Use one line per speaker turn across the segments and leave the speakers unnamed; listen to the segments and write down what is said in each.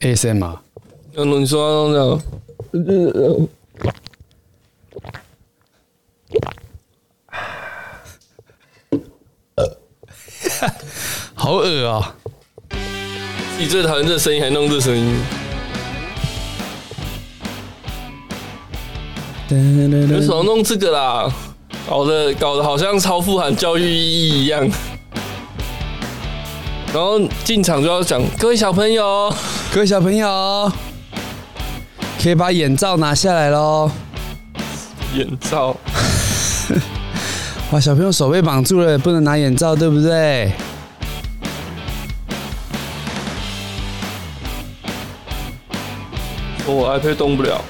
ASM 啊，
嗯，你说那种
好恶啊、
自己最讨厌这声音，还弄这声音，为什么要弄这个啦？搞得搞得好像超富含教育意义一样。然后进场就要讲，各位小朋友，
各位小朋友，可以把眼罩拿下来喽！
眼罩，
哇，小朋友手被绑住了，不能拿眼罩，对不对？
我 iPad 动不了。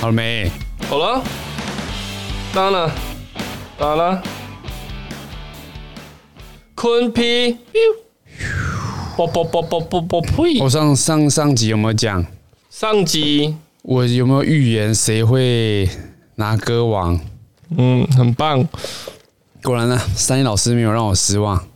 好了没？
好了，当然，打了，坤批，啵啵啵啷啵啵呸！
我上上上集有没有讲？
上集，
我有没有预言谁会拿歌王？
嗯，很棒，
果然呢、啊，三一老师没有让我失望。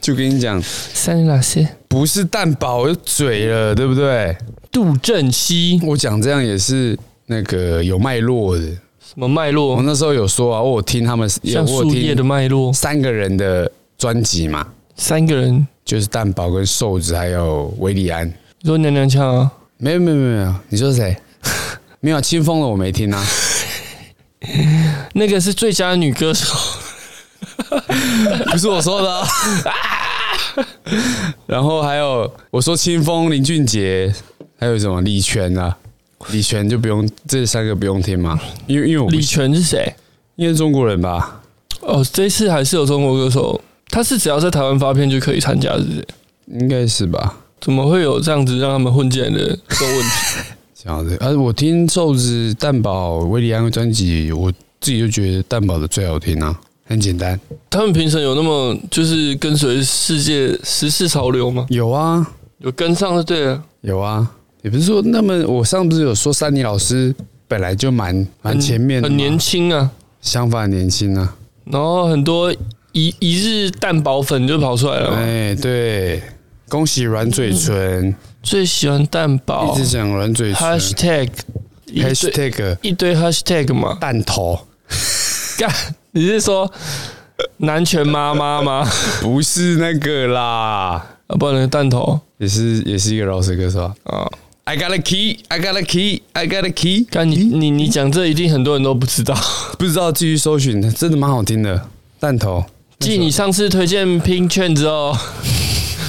就跟你讲，
三林老师，
不是蛋堡我就嘴了，对不对？
杜振熙，
我讲这样也是那个有脉络的。
什么脉
我
络？
那时候有说啊，我有听他们，有
像
我有
树叶的
听
脉络，
三个人的专辑嘛，
三个人，
就是蛋堡跟瘦子还有维里安。
你说娘娘腔啊？
没有没有没有没有，你说谁？ 没有啊清风的我没听啊。
那个是最佳女歌手，
不是我说的、啊。 然后还有我说清风、林俊杰，还有什么李泉啊？李泉就不用这三个不用听嘛，因为因为 我不
李泉是谁？
因为中国人吧，
哦，这次还是有中国歌手，他是只要在台湾发片就可以参加，是不是？
应该是吧？
怎么会有这样子让他们混进来的这 种问题？
这样子。而我听瘦子、蛋堡、维里安的专辑，我自己就觉得蛋堡的最好听啊，很简单。
他们评审有那么就是跟随世界时事潮流吗？
有啊，
有跟上就对了。
有啊，也不是说那么。我上次有说珊妮老师本来就蛮蛮前面的嘛，
很年轻啊，
想法很年轻啊。
然后很多一一日蛋堡粉就跑出来了嘛。
哎，对，恭喜软嘴唇，
最喜欢蛋堡
一直讲软嘴唇
嗯，#hashtag 一堆
，#hashtag
一堆 #hashtag 嘛。
弹头，
干，你是说南拳妈妈吗？
不是那个啦，
啊，不然弹头
也是也是一个饶舌歌手啊。
啊。
I got a key, I got a key, I got a key。
干你你你讲这一定很多人都不知道。
不知道继续搜寻，真的蛮好听的。弹头，
继你上次推荐拼券之后，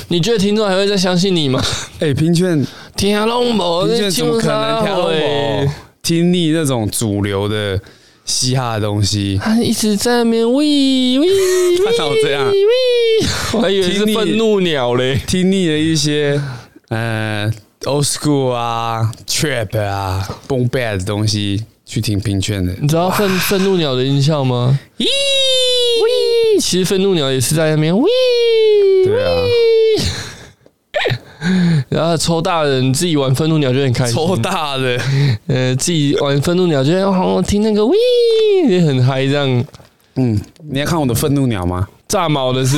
你觉得听众还会再相信你吗？
哎、拼券，
天龙某，
拼券怎么可能啊跳
欸
我？听腻那种主流的嘻哈的东西，
他一直在那边喂喂，
他哪有这样
喂， 我还以为是愤怒鸟嘞。
听腻了一些呃 old school 啊、trap 啊、boom bap 的东西，去听拼券 的。
你知道愤愤怒鸟的音效吗？
咦，
喂，其实愤怒鸟也是在那边喂。
对啊
喂。 然后抽大人自己玩愤怒鸟就很开心，
抽大的，
呃自己玩愤怒鸟就很好听那个喂，也很嗨这样。
嗯，你要看我的愤怒鸟吗？
炸毛 的是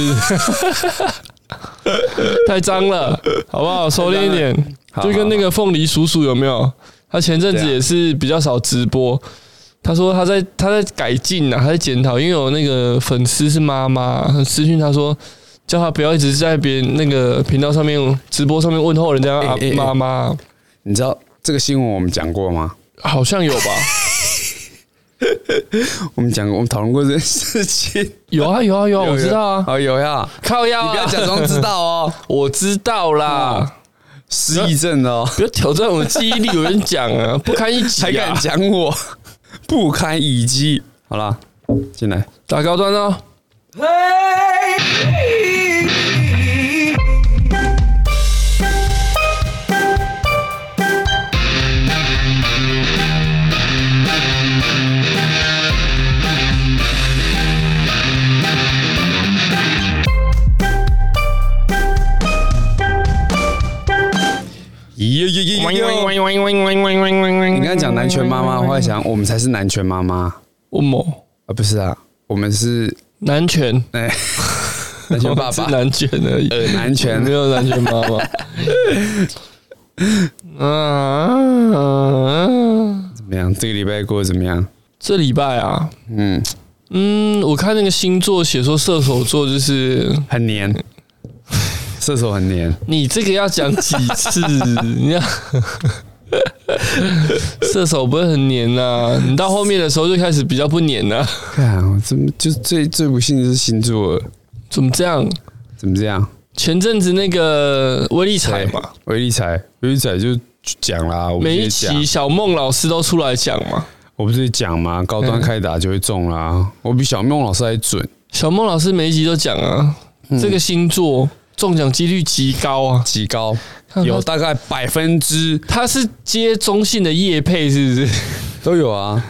太脏了，好不好？收敛一点，
好
就跟那个凤梨叔叔有没有？他前阵子
对啊
也是比较少直播，他说他在他在改进啊，他在检讨，因为有那个粉丝是妈妈私讯他说。叫他不要一直在别人那个频道上面直播上面问候人家
哎
啊
哎哎
妈妈，
你知道这个新闻我们讲过吗？
好像有吧？
我们讲过，我们讨论过这件事情。
有啊有啊有啊，我知道啊，
哦，有呀，
靠腰
你
啊，
不要假装知道哦，
我知道啦，
失忆症 哦，
不要挑战我的记忆力，我跟你讲啊，不堪一击
还
啊
敢！讲我 不堪一击。好啦，进来，
打高端哦。
耶耶耶耶耶！
你
你刚才讲南拳妈妈，我在想我们才是南拳妈妈。
我某
啊，不是啊，我们是
南拳，
哎，南拳爸 爸
我是，南拳而已，
呃，南拳
没有南拳妈 妈。啊，
怎么样？这个礼拜过得怎么样？
这礼拜啊，
嗯，
嗯，我看那个星座写说射手座就是
很黏， 射手很黏，
你这个要讲几次？你要 射手不会很黏呐、你到后面的时候就开始比较不黏啊呐、
看我怎么就最最不幸的是星座了，
怎么这样？
怎么这样？
前阵子那个威力彩嘛，
威力彩，威力彩就讲啦，我不
每
是也
一
讲
期，小梦老师都出来讲嘛。
我不是也讲嘛，高
嗯
端开打就会中啦，我比小梦老师还准，
小梦老师每一集都讲啊，这个星座中奖几率极高啊。
极高，
看他
有大概百分之
他是接中信的业配是不是？
都有啊，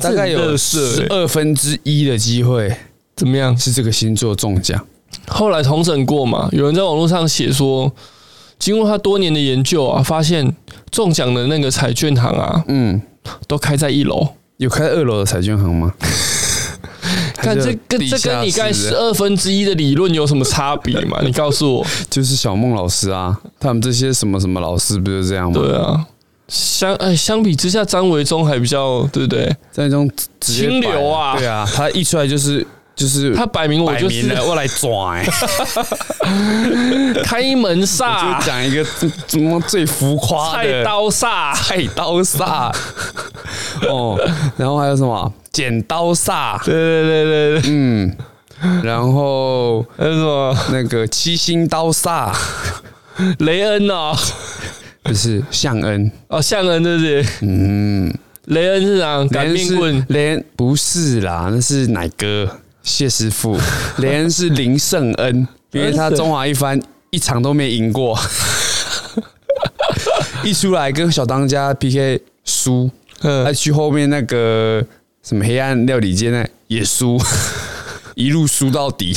大概有
这很垃欸
十
圾
二分之一的机会
怎么样？
是这个星座中奖，
后来同审过嘛，有人在网络上写说，经过他多年的研究啊，发现中奖的那个彩券行啊，
嗯，
都开在一楼。
有开二楼的彩券行吗？
看这跟这跟你盖十
是
二分之一的理论有什么差别嘛？你告诉我。
就是小梦老师啊，他们这些什么什么老师不就这样吗？
对啊，相哎相比之下，张维忠还比较对不对？
在那种直接
清流啊
摆对啊，他一出来就是就是
他摆明我
摆
就
明
是
了我来抓、 欸，
开门
就
煞、
讲一个怎怎么最浮夸
菜
的
刀煞、
菜刀煞 哦，然后还有什么剪刀煞，
对对对对对，
嗯，然后
还有什么
那个七星刀煞
雷恩哦，
不是向恩，
哦向恩对不对？
嗯，
雷恩是啥？擀
连
面
是
棍。
连不是啦，那是奶哥谢师 傅，连是林圣恩，因为他中华一番一场都没赢 过，一出来跟小当家 PK 输，他
嗯，
去后面那个什么黑暗料理街那也 输，一路输到底。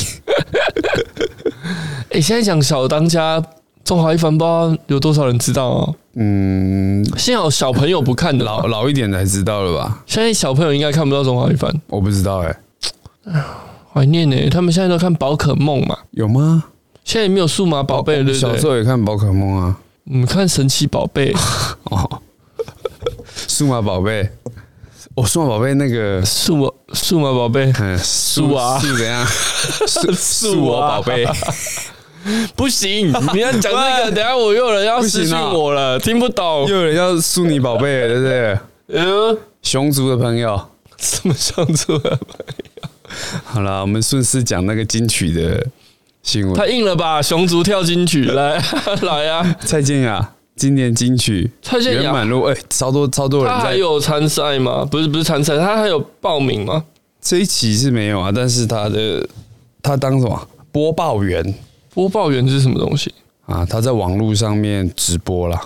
哎，现在讲小当家。中华一番不知道有多少人知道哦。
嗯，
现在有小朋友不看的
老
了，
哦老一点的才知道了吧？
现在小朋友应该看不到中华一番，
我不知道哎、
怀念呢、他们现在都看宝可梦嘛，
有吗？
现在也没有数码宝贝了，对不
哦小时
对？
候也看宝可梦啊。
嗯，看神奇宝 贝，
哦，数码宝贝，哦，数码宝贝那个，
数码数码宝贝
嗯，
数啊
是怎 样？数
数
我
啊
宝贝，
不行， 你要讲这个，等下我又有人要私信我了，听不啊 懂。
又有人叫数你宝贝了，对不对？
嗯，
熊族的朋友，
什么相出来？
好了，我们顺势讲那个金曲的新闻。
太硬了吧？熊族跳进去，来 来啊！
蔡健雅今年金曲
蔡健雅
圆满路，哎、超多超多
他
人
还
在
有参赛吗？不是不是参赛，他还有报名吗？
这一期是没有啊，但是他的他当什么播报员
播报员是什么东西？
啊？他在网络上面直播啦，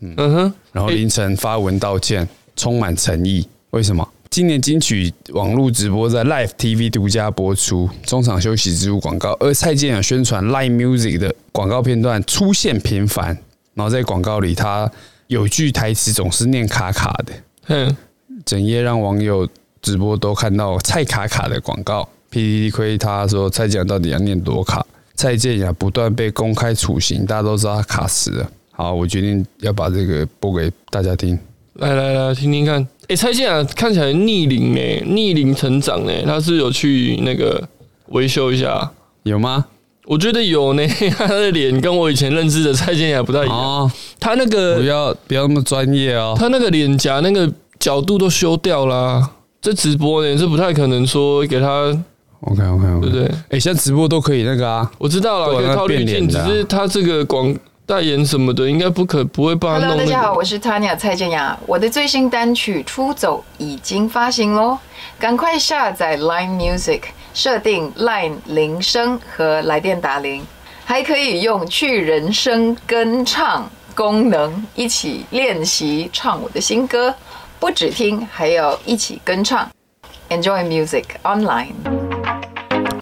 嗯哼，
然后凌晨发文道歉，充满诚意。为什么？今年金曲网络直播在 Live TV 独家播出，中场休息植入广告。而蔡健雅宣传 Live Music 的广告片段出现频繁，然后在广告里，他有句台词总是念卡卡的，
嗯，
整夜让网友直播都看到蔡卡卡的广告。PDD 亏他说蔡健雅到底要念多卡？蔡健雅不断被公开处刑，大家都知道他卡死了。好，我决定要把这个播给大家听。
来来来，听听看。哎、蔡健雅看起来逆龄呢、欸逆龄成长呢、欸他是有去那个维修一下。
有吗？
我觉得有呢， 他的脸跟我以前认知的蔡健雅不太一样。
哦，
他那个
不要不要那么专业哦。
哎他那个脸颊那个角度都修掉啦、这直播呢，这不太可能说给他，
OK OK
对
OK，
不对？
哎，现在直播都可以那个啊，
我知道了，
对啊
给套滤镜，
变脸的
只
啊
是他这个广代言什么的，应该不可不会帮他
Hello，
弄
大
那
家好，
个。
我是 Tanya 蔡健雅，我的最新单曲《出走》已经发行喽，赶快下载 Line Music，设定 Line 铃声和来电打铃，还可以用去人声跟唱功能一起练习唱我的新歌，不只听，还有一起跟唱。Enjoy music online。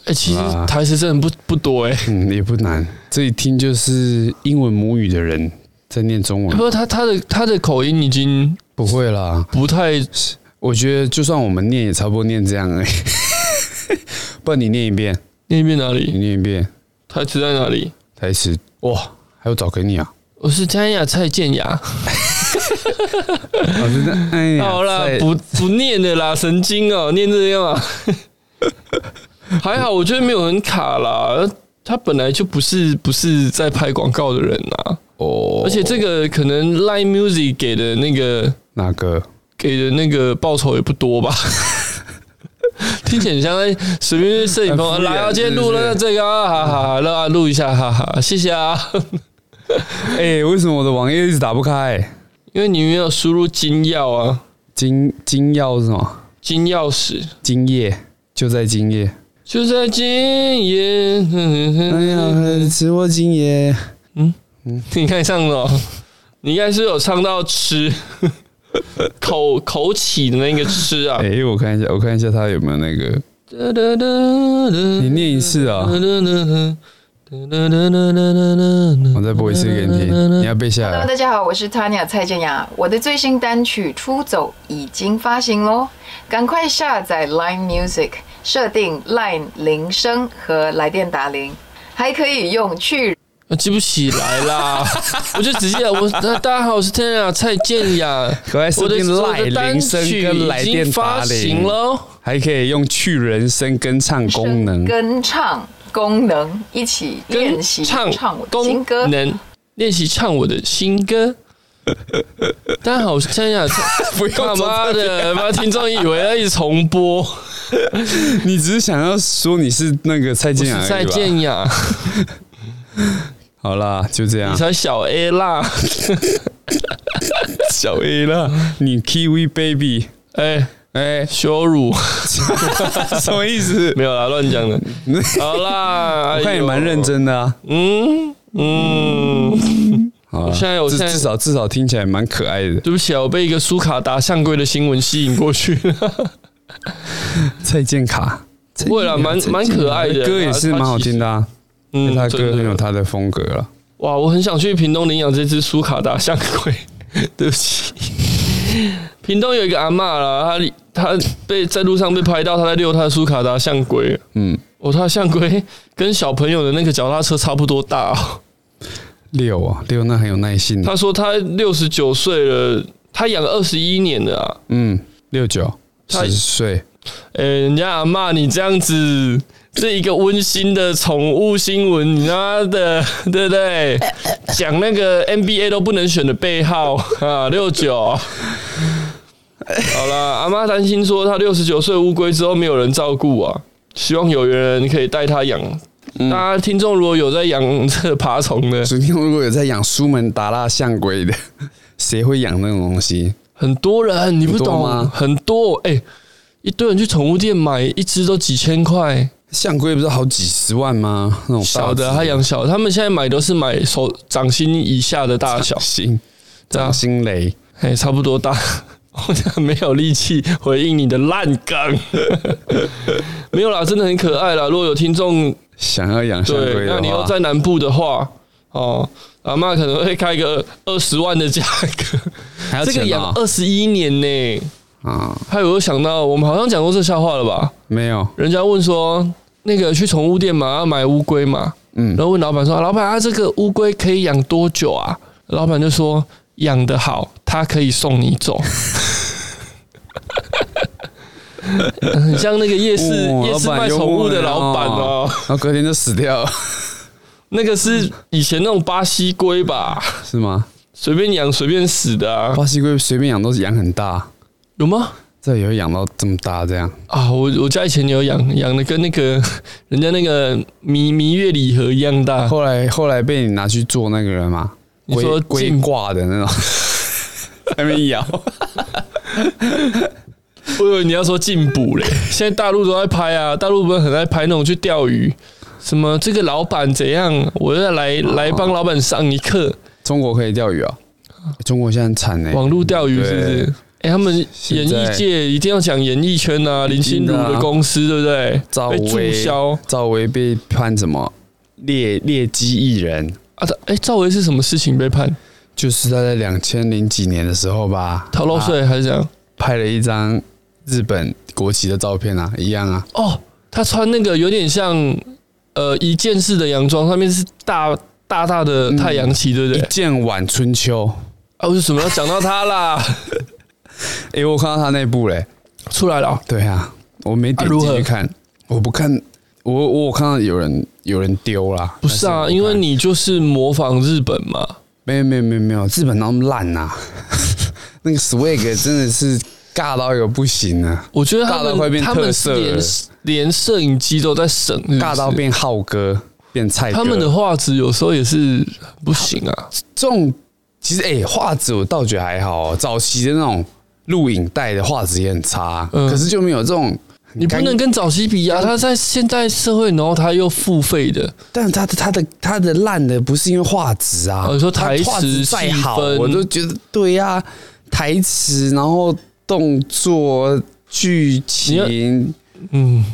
哎、其实
啊
台词真的不不多哎、
嗯，也不难，这一听就是英文母语的人在念中
不
文，
过他他的他的口音已经
不会啦。
不太
我觉得就算我们念也差不多念这样而已。 不然你念一遍，
那边哪
你
里？
念一遍
台词在哪里？
台词。哇，还有找给你啊！
我是蔡雅蔡健雅。
老师，哎呀，
好啦
在，
不不念的啦，神经哦、念这样啊。 还好，我觉得没有很卡啦。他本来就不是不是在拍广告的人呐、
哦，
而且这个可能 Line Music 给的那个
哪个？
给的那个报酬也不多吧。 听起来很像在随便摄影
很
棚
敷衍
来啊，今天录了
是不嗯
这个啊，哈哈，那啊录一下，哈哈，谢谢啊。
哎，为什么我的网页一直打不开？
因为你没有输入金钥啊，
金金钥是吗？
金钥匙
金叶就在金叶。
就在今夜。嗯哼哼哼
哎呀，吃我金叶。
你看上了哦，你应该是有唱到吃， 口口起的那个吃啊。
哎，我看一下，我看一下他有没有那个。你
你
念一次啊！我再播一次给你听，你要背下
呃
Hello，
来。
大家好，我是 Tanya 蔡健雅，我的最新单曲《出走》已经发行喽，赶快下载 Line Music，设定 Line 铃声和来电打铃，还可以用去
我记不起来 啦，我就只记得我大家好，我是 t a 蔡健雅，
可爱
我
设
的
定
我
赖
的单
铃声
曲
跟来
已
电
经
打
发行
铃，
喽。
还可以用去人声跟唱功能。
跟唱功能一起
跟
练习
唱
唱我的新
功
歌。
能练习唱我的新 歌。大家好，我是张亚，
不用
他
走
妈的，妈听众以为要一直重播，
你只是想要说你是那个蔡
不
健雅
是蔡
而已吧
健雅，
好啦，就这
你
样。
才小 A 啦，
小 A 啦，你 Kiwi Baby，
哎、
哎、
羞辱，
什么意思？
没有啦，乱 讲的。好啦，
我看
哎
你
呦
蛮认，真的啊。
嗯嗯，
好啦
我现在我
至
现在
至少至少听起来蛮可爱的。
对不起啊，我被一个苏卡达象龟的新闻吸引过去 了。
蔡健卡，哎
不会啦，蛮蛮可爱的，
歌也是蛮好听的啊。
嗯
他的
真
歌
的
很有他的风格了。
哇，我很想去屏东领养这只苏卡达象龟， 对不起。屏东有一个阿嬷啦，她她被在路上被拍到，她在遛她的苏卡达象龟。
嗯，
哦，她的象龟 跟小朋友的那个脚踏车差不多大、哦。
六啊，六那很有耐心的。
她说她六十九岁了，她养二十一年了啊。
嗯，六九
他
十岁，
诶、哎人家阿嬷，你这样子是一个温馨的宠物新闻，你妈的， 对不对？讲那个 NBA 都不能选的背号 啊，六九。好啦，阿妈担心说，她六十九岁乌龟之后没有人照顾啊，希望有缘人可以带它养。
嗯
大家听众如果有在养这个爬虫的，
昨天如果有在养苏门答腊象龟的，谁会养那种东西？
很多人你不
很多
懂
吗，
很多哎、一堆人去宠物店买一只都几千块。
象龟不是好几十万吗？那种
小的，他
还
养小的，他们现在买都是买手掌心以下的大小，
心
对啊
掌，心雷，
哎，差不多大。 我现在没有力气回应你的烂梗， 没有啦，真的很可爱啦。如果有听众
想要养象
对
龟，
那
的
你又
话，
在南部的话，哦，阿妈可能会开个二十万的价 格，
还要
这个
钱啊
养
吗？
二十一年呢。
啊，
还有我想到，我们好像讲过这笑话了吧？
没有，
人家问说，那个去宠物店嘛，要买乌龟嘛，
嗯
然后问老板说：“老板啊，这个乌龟可以养多久啊？”老板就说：“养得好，它可以送你走。” 很像那个夜市、
哦
夜市
老板
卖
幽
宠
默
物的
欸
老板哦
哦，然后隔天就死掉了，
那个是以前那种巴西龟吧，
是吗？
随便养随便死的啊，
巴西龟随便养都是养很大，
有吗？
这也会养到这么大这样。
啊，我我家以前有养养的跟那个人家那个蜜蜜月礼盒一样大，
后来后来被你拿去做那个人嘛，
你
龟
说
龟
进
挂的 那种，还没咬，
我以为你要说进补嘞，现在大陆都在拍啊，大陆不是很爱拍那种去钓鱼，什么这个老板怎样，我要来
哦
来帮老板上一课，
中国可以钓鱼啊？中国现在很惨呢、欸
网络钓鱼是不
哎对
是？哎、他们演
现在
艺界一定要讲演艺圈啊，林心如
一定的
的
啊
公司对不
赵
对？被注
薇
销
赵薇被判什么劣劣迹艺人？
啊！他哎、赵薇是什么事情被判？
就是他在两千零几年的时候吧，
逃漏
啊
税还是怎样？
拍了一张日本国旗的照片啊，一样啊。
哦，他穿那个有点像呃一件式的洋装，上面是大大大的太阳旗，对不
嗯一
对？
剑晚春秋，
啊，为什么要讲到他啦？
诶、我看到他那部嘞，
出来了啊，
对啊，我没点
啊如
进
何
去看，我不看，我我有看到有人有人丢啦，
不是啊，
但我不看
因为你就是模仿日本嘛。
没有没有没有没有，日本哪那么烂呐、啊 那个 swag 真的是尬到一个不行啊，
我觉得他
尬到快
们
变
他
特
们
色了
连连摄影机都在省，嗯是不是
尬到变浩哥变菜哥，
他们的画质有时候也是不行啊。
这种其实哎、欸画质我倒觉得还好、哦，早期的那种录影带的画质也很差，
嗯
可是就没有这种
你
很
不
干。
能跟早期比啊！他在现代社会，然后他又付费的，
但他的他的他的烂的不是因为画质啊，
哦你说
他
台词
画质再好，
气氛
我都觉得对呀、台词，然后动作、剧情，
嗯，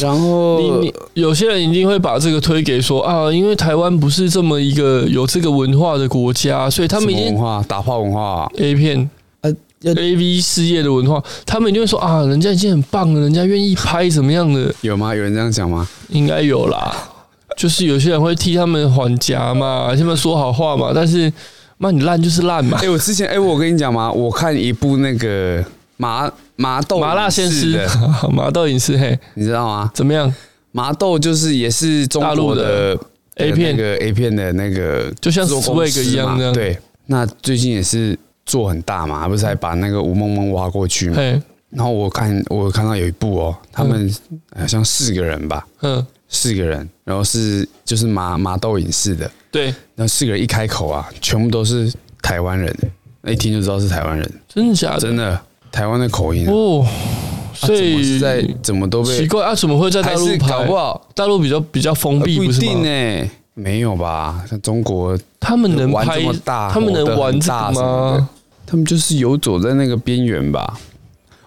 然后
你你有些人一定会把这个推给说啊，因为台湾不是这么一个有这个文化的国家，所以他
什
们一
么文
定
化打炮文化、啊，
A 片
呃，要
A V 事业的文化，他们一定会说啊，人家已经很棒了，人家愿意拍怎么样的，
有吗？有人这样讲 吗？
应该有啦。 就是有些人会替他们还价嘛，他们说好话嘛，但是妈你烂就是烂嘛
哎、，我之前哎、我跟你讲嘛，我看一部那个麻麻豆
麻辣鲜
影视
师
的，
麻豆影视嘿，
你知道吗？
怎么样？
麻豆就是也是中
大
国
陆的
的
A 片
那个 A 片的那个
就像
制作公
Swag
司
一样
嘛
这样
对，那最近也是做很大嘛，不是还把那个吴梦梦挖过去嘛？
嘿，
然后我看我看到有一部哦，他们好像四个人吧，
嗯，
四个人，然后是就是麻麻豆影视的，
对，
那四个人一开口啊，全部都是台湾人，那一听就知道是台湾人，
真的假的？
真的台湾的口音啊、
啊哦，
啊
所
怎么
以
是在怎么都
奇
被
怪啊，怎么会在大
还
陆
是
拍？
搞不好呃
大陆比较比较封闭，
不一
不是
定
吗
呢、？没有吧？像中国
他们能
玩
拍
这么大，
他们能玩这
大
个吗？？
他们就是游走在那个边缘吧。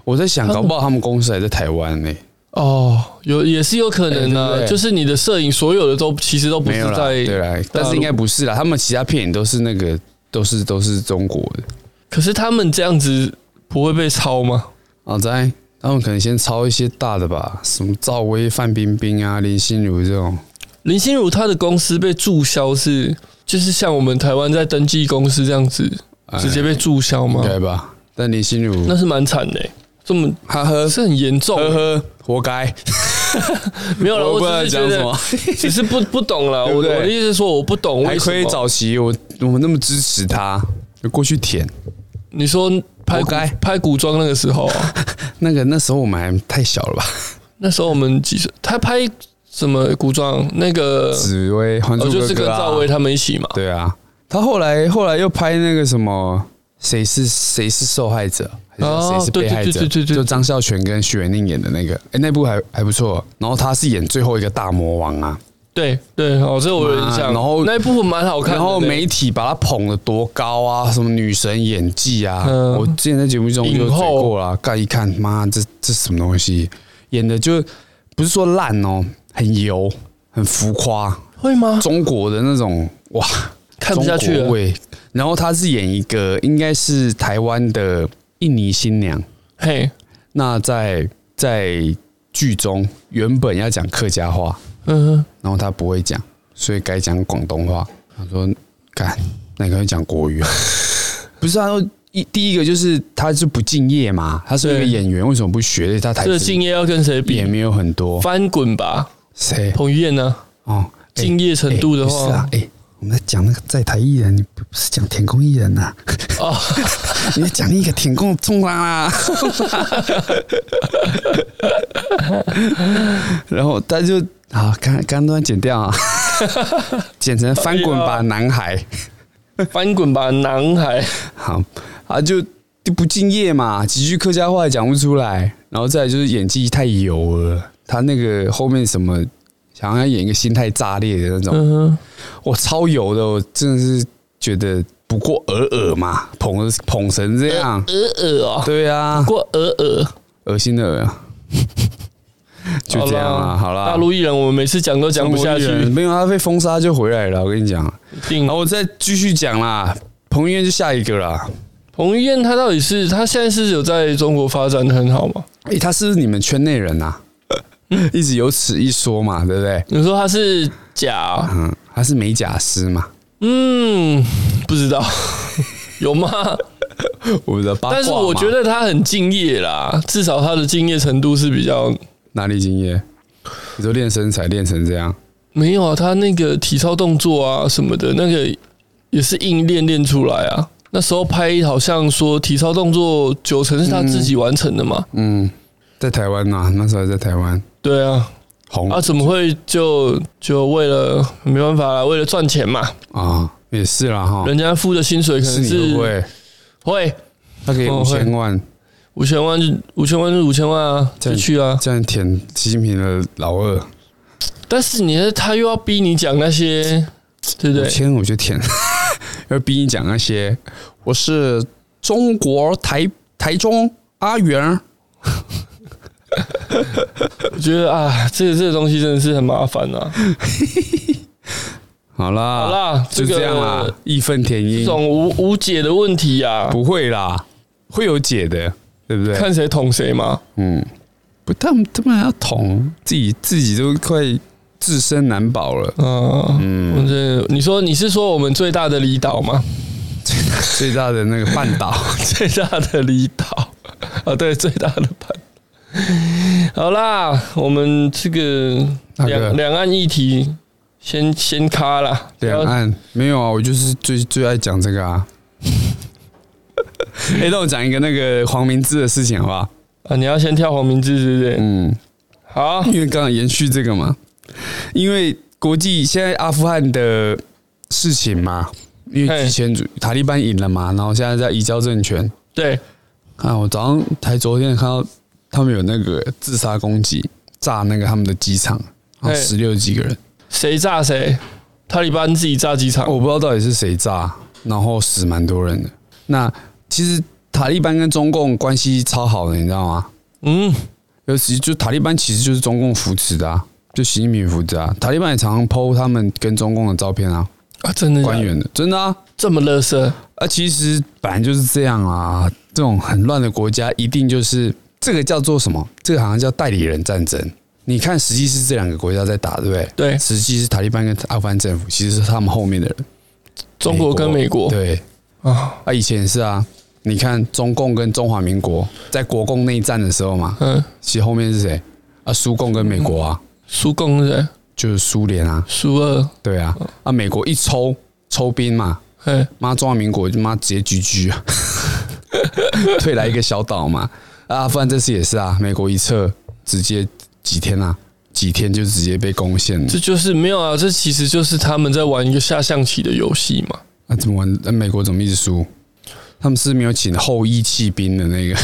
我在想，
他们
搞不好他们公司还在台湾欸呢、
哦，有也是有可能
哎对不
啊，
对
就是你的摄影所有的都其实都不
没
是
有啦，对
在，
啦，但是应该不是啦。他们其他片也都是那个，都是都是中国的。
可是他们这样子不会被抄吗？
啊，在他们可能先抄一些大的吧，什么赵薇、范冰冰啊、林心如这种。
林心如她的公司被注销是，就是像我们台湾在登记公司这样子
哎
直接被注销吗
应？该吧？但林心如
那是蛮惨的欸、这么
哈呵
是很严重欸，
呵呵，活该。
没有了，
我
我
不知道
只是觉
讲什
得
么，
只是不不懂了。
对
我
不对
我的意思是说，我不懂
还
为什
亏
么。
早期我我们那么支持他，就过去舔。
你说拍
活
古
该
拍古装那个时候啊，
那个那时候我们还太小了吧？
那时候我们几岁？他拍什么古装？那个
紫薇《还珠
哦，
格格》
就是跟
啊
赵薇他们一起嘛。
对啊，他后来后来又拍那个什么，谁是谁是受害者，还是
哦
谁是被害者？
对对对对对
就张孝全跟许元令演的那个，哎、那部还还不错。然后他是演最后一个大魔王啊，
对对，哦，这我有印象。
然后
那一部分蛮好看的。
然后媒体把他捧得多高啊，什么女神演技啊，
嗯
我之前在节目中就
影
有
后
讲过啦，干一看，妈，这这什么东西？演的就不是说烂哦，很油，很浮夸，
会吗？
中国的那种哇，
看不下去
中国
了。
味。然后他是演一个应该是台湾的印尼新娘，
嘿，
那在在剧中原本要讲客家话，
嗯，
然后他不会讲，所以改讲广东话。他说：“干，那你可以讲国语啊？” 不是啊，他说一第一个就是他就不敬业嘛，他是一个
对
演员，为什么不学？他台
这个
词
敬业要跟谁
也
比？
没有很多。
翻滚吧，
谁
彭于晏呢？
哦？哎
敬业程度的
不是啊
话，，
哎、我们在讲那个在台艺人，你不不是讲田宫艺人呐、啊？
哦，
你在讲一个田宫中啊啦啦。然后他就啊，刚刚刚都剪掉啊，剪成翻滚吧男孩，
翻滚吧，男孩。
好啊就就不敬业嘛，几句客家话也讲不出来，然后再来就是演技太油了，他那个后面什么想要演一个心态炸裂的那种，
嗯哼。
我超油的，我真的是觉得不过尔尔嘛，捧捧成这样，
鹅鹅哦，
对啊，
过呃鹅鹅，
恶心的恶啊， 就这样啊，好啦，
大陆艺人我们每次讲都讲不下去，
中国艺人
一
没有他啊被封杀就回来了，我跟你讲，
定
然后我再继续讲啦，彭于晏就下一个啦，
彭于晏他到底是他现在是有在中国发展的很好吗？
诶、他是你们圈内人呐、啊 一直有此一说嘛，对不对？
你说他是假？
嗯，他是美甲师嘛，
嗯，不知道 有 吗？
我的八卦嘛。
但是我觉得他很敬业啦，至少他的敬业程度是比较
哪里敬业？你说练身材练成这样，
没有啊。他那个体操动作啊什么的，那个也是硬练练出来啊。那时候拍好像说体操动作九成是他自己完成的嘛，
嗯，在台湾呐、那时候还在台湾
对啊，
红
啊，
啊
怎么会就就为了没办法啦，为了赚钱嘛，
啊也是啦哈，
人家付的薪水可
哦是
能
你会
是
不会？
会
他给
哦
五
会
千万，
五千万就五千万就五千万啊，
这
就
样
去啊。
这样舔习近平的老二，
但是你他又要逼你讲那些，对不
五
对？
千我就舔， 要逼你讲那些。我是中国台台中阿元，
我觉得啊，这个这个东西真的是很麻烦啊。
嗯好啦，
好啦，
就
个
这样啦，义愤填
这
膺，
种无无解的问题啊，
不会啦，会有解的，对不对？
看谁捅谁嘛。
嗯，不，他们他们要捅自己，自己都快自身难保 了。
嗯嗯，我这你说你是说我们最大的离岛吗？
最大的那个半岛，
最大的离岛 啊，对，最大的半。好啦，我们这个
大哥
两两岸议题先先卡啦，
两岸没有啊，我就是最最爱讲这个啊。 哎、让我讲一个那个黄明志的事情好不好？
啊，你要先跳黄明志是不是？
嗯，
好，
因为刚刚延续这个嘛，因为国际现在阿富汗的事情嘛，因为
嘿
以前塔利班赢了嘛，然后现在在移交政权。
对，
啊，我早上才昨天看到他们有那个自杀攻击，炸那个他们的机场，然后
嘿
十六几个人，啊
谁炸谁？塔利班自己炸机场，
我不知道到底是谁炸，然后死蛮多人的。那其实塔利班跟中共关系超好的，你知道吗？
嗯，
尤其就塔利班其实就是中共扶持的、啊，就习近平扶持啊。塔利班也常常 PO 他们跟中共的照片啊，
啊，真的假的
官员的，真的啊。
这么乐色，
啊，其实本来就是这样啊，这种很乱的国家，一定就是这个叫做什么？这个好像叫代理人战争。你看，实际是这两个国家在打，对不对？
对，
实际是塔利班跟阿富汗政府，其实是他们后面的人，
中国跟美国
对
啊，
啊，以前也是啊。你看，中共跟中华民国在国共内战的时候嘛，
嗯，
其实后面是谁啊？苏共跟美国啊，
苏共是谁？
就是苏联啊，
苏二，
对啊，啊，美国一抽抽兵嘛，
哎，
妈中华民国就妈直接居居啊， 退来一个小岛嘛。啊，阿富汗这次也是啊，美国一撤，直接几天啊，几天就直接被攻陷了
这。就是没有啊，这其实就是他们在玩一个下象棋的游戏嘛。
啊，怎么玩？啊、美国怎么一直输？他们是没有请后羿弃兵的那个，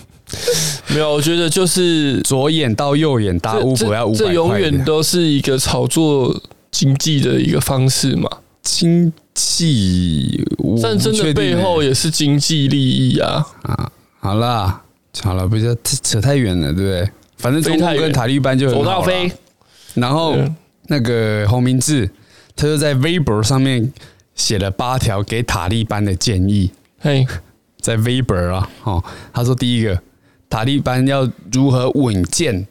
没有，我觉得就是
左眼到右眼打
这
乌佛要啊五百
这这永远都是一个炒作经济的一个方式嘛。
经济，我
战争
不
的
确定
背
欸
后也是经济利益啊。
啊，好啦，好了，不要扯太远了，对不对？反正中
飞
共
太远
跟塔利班就很
左
啊好啦
到飞，
然后
对
那个洪明志，他就在微博上面写了八条给塔利班的建议，
嘿，
在微博啊，哦，他说第一个，塔利班要如何稳健、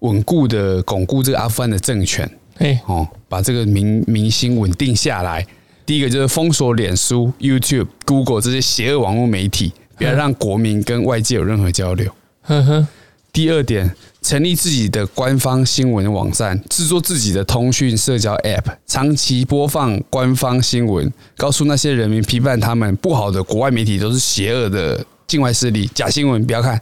稳固的巩固这个阿富汗的政权，
嘿，
哦，把这个民民心稳定下来。第一个就是封锁脸书、YouTube、Google 这些邪恶网络媒体，不要让国民跟外界有任何交流。
呵呵，
第二点，成立自己的官方新闻网站，制作自己的通讯社交 App，长期播放官方新闻，告诉那些人民批判他们不好的国外媒体都是邪恶的境外势力，假新闻不要看。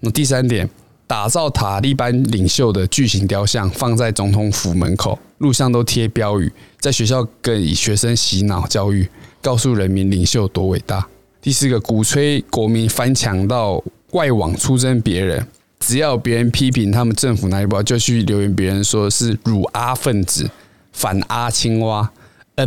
那第三点，打造塔利班领袖的巨型雕像，放在总统府门口，路上都贴标语，在学校给学生洗脑教育，告诉人民领袖多伟大。第四个，鼓吹国民翻墙到外网出征别人，只要别人批评他们政府哪里不好，就去留言别人说是辱阿分子、反阿青蛙、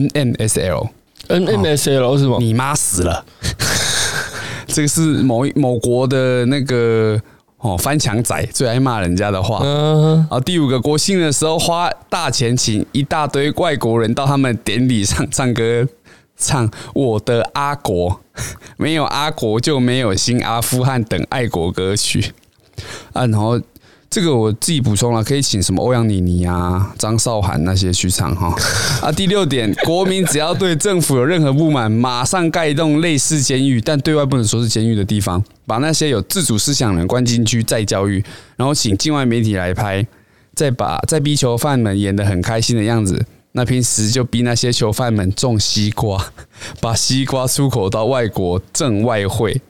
NNSL，
n n s l 是吗？
你妈死了。 这个是某一某国的那个哦翻墙仔最爱骂人家的话。
嗯，
啊，第五个国庆的时候花大钱请一大堆外国人到他们典礼上唱歌唱《我的阿国》， 没有阿国就没有新阿富汗等爱国歌曲啊。然后这个我自己补充了，可以请什么欧阳妮妮啊、张韶涵那些去唱哈。啊，第六点，国民只要对政府有任何不满，马上盖一栋类似监狱，但对外不能说是监狱的地方，把那些有自主思想的人关进去再教育，然后请境外媒体来拍。再把再逼囚犯们演得很开心的样子。那平时就逼那些囚犯们种西瓜， 把西瓜出口到外国挣外汇。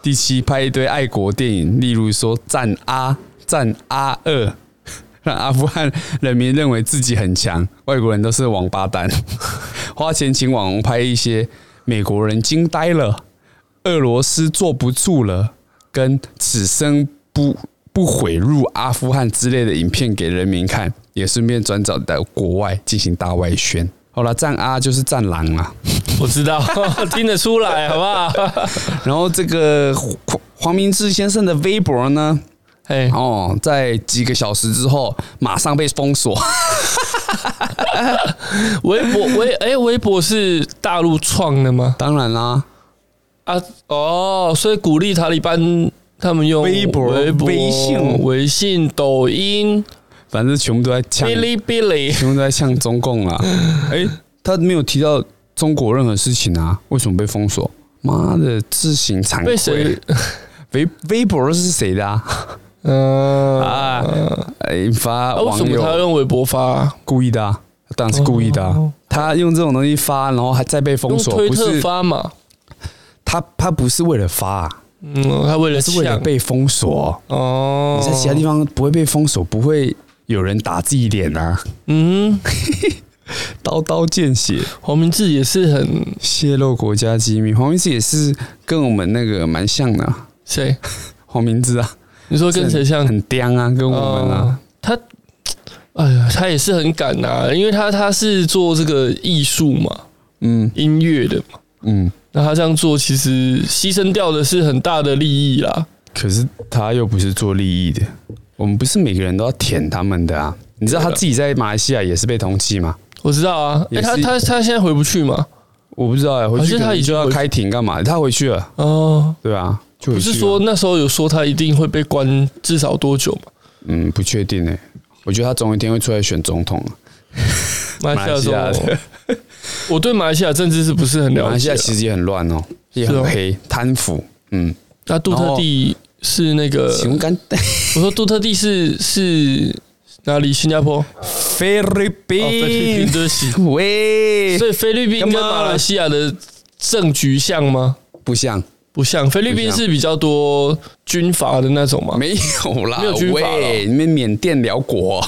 第七，拍一堆爱国电影，例如说《战阿》《战阿二》， 让阿富汗人民认为自己很强，外国人都是王八蛋。 花钱请网红拍一些美国人惊呆了，俄罗斯坐不住了，跟此生不不毁入阿富汗之类的影片给人民看，也顺便转转到国外进行大外宣。好了，战阿就是战狼 啊。
我知道，听得出来，好不好？
然后这个黄黄明志先生的微博呢，
哎，
哦，在几个小时之后马上被封锁。
微博微哎，微博是大陆创的吗？
当然啦，
啊，哦，所以鼓励塔利班他们用
微博
微博、
微信
微信、抖音、
反正全部都在呛，
哔哩哔哩。
全部都在呛中共 啦。哎，他没有提到中国任何事情啊，为什么被封锁？妈的，自行惭
被谁
愧。？ 微微博是谁的啊？
嗯
啊
啊，
哎发
为
网
什么
友
他要用微博发？
故意的、啊，当然是故意的、啊。
哦
他用这种东西发，然后还再被封
用
锁，
推
不
特
是
发嘛？
他他不是为了发、啊，
嗯，他为了
是为了
呛
被封锁。
哦，
你在其他地方不会被封锁，不会有人打自己脸啊，
嗯，
刀刀见血，
黄明志也是很
泄露国家机密。黄明志也是跟我们那个蛮像的啊，
谁？
黄明志啊，
你说跟谁像？
很刁啊，跟我们啊，
嗯哦他，哎呀，他也是很敢呐、因为他他是做这个艺术嘛，
嗯
音乐的嘛，
嗯。
那他这样做其实牺牲掉的是很大的利益啦。
可是他又不是做利益的，我们不是每个人都要舔他们的啊。你知道他自己在马来西亚也是被通缉吗？
我知道啊，哎、
也是
他他他现在回不去嘛？
我不知道哎、回
好
去
哦像他
可能
已
就
经
要
回去
开庭干嘛？他回去了，
哦，
对啊，就
不
回去
是
了
说那时候有说他一定会被关至少多久嘛？
嗯不确定哎、我觉得他总有一天会出来选总统啊。
马来
马
西亚
来西
总
亚
统，我对马来西亚政治是不是很
马
了
来西
解、
亚
啊？
其实也很乱哦，也很黑，贪腐。嗯，
那杜特地是那个，
请问干
我说杜特地是是哪里？新加坡？哦，
菲律
菲律
宾
宾，对不起。
喂，
所以菲律宾跟马来西亚的政局像吗？
不像，
不像，菲律宾
不像
是比较多军阀的那种嘛。
没有啦，
没有军阀了
喂，你们缅甸、辽 国，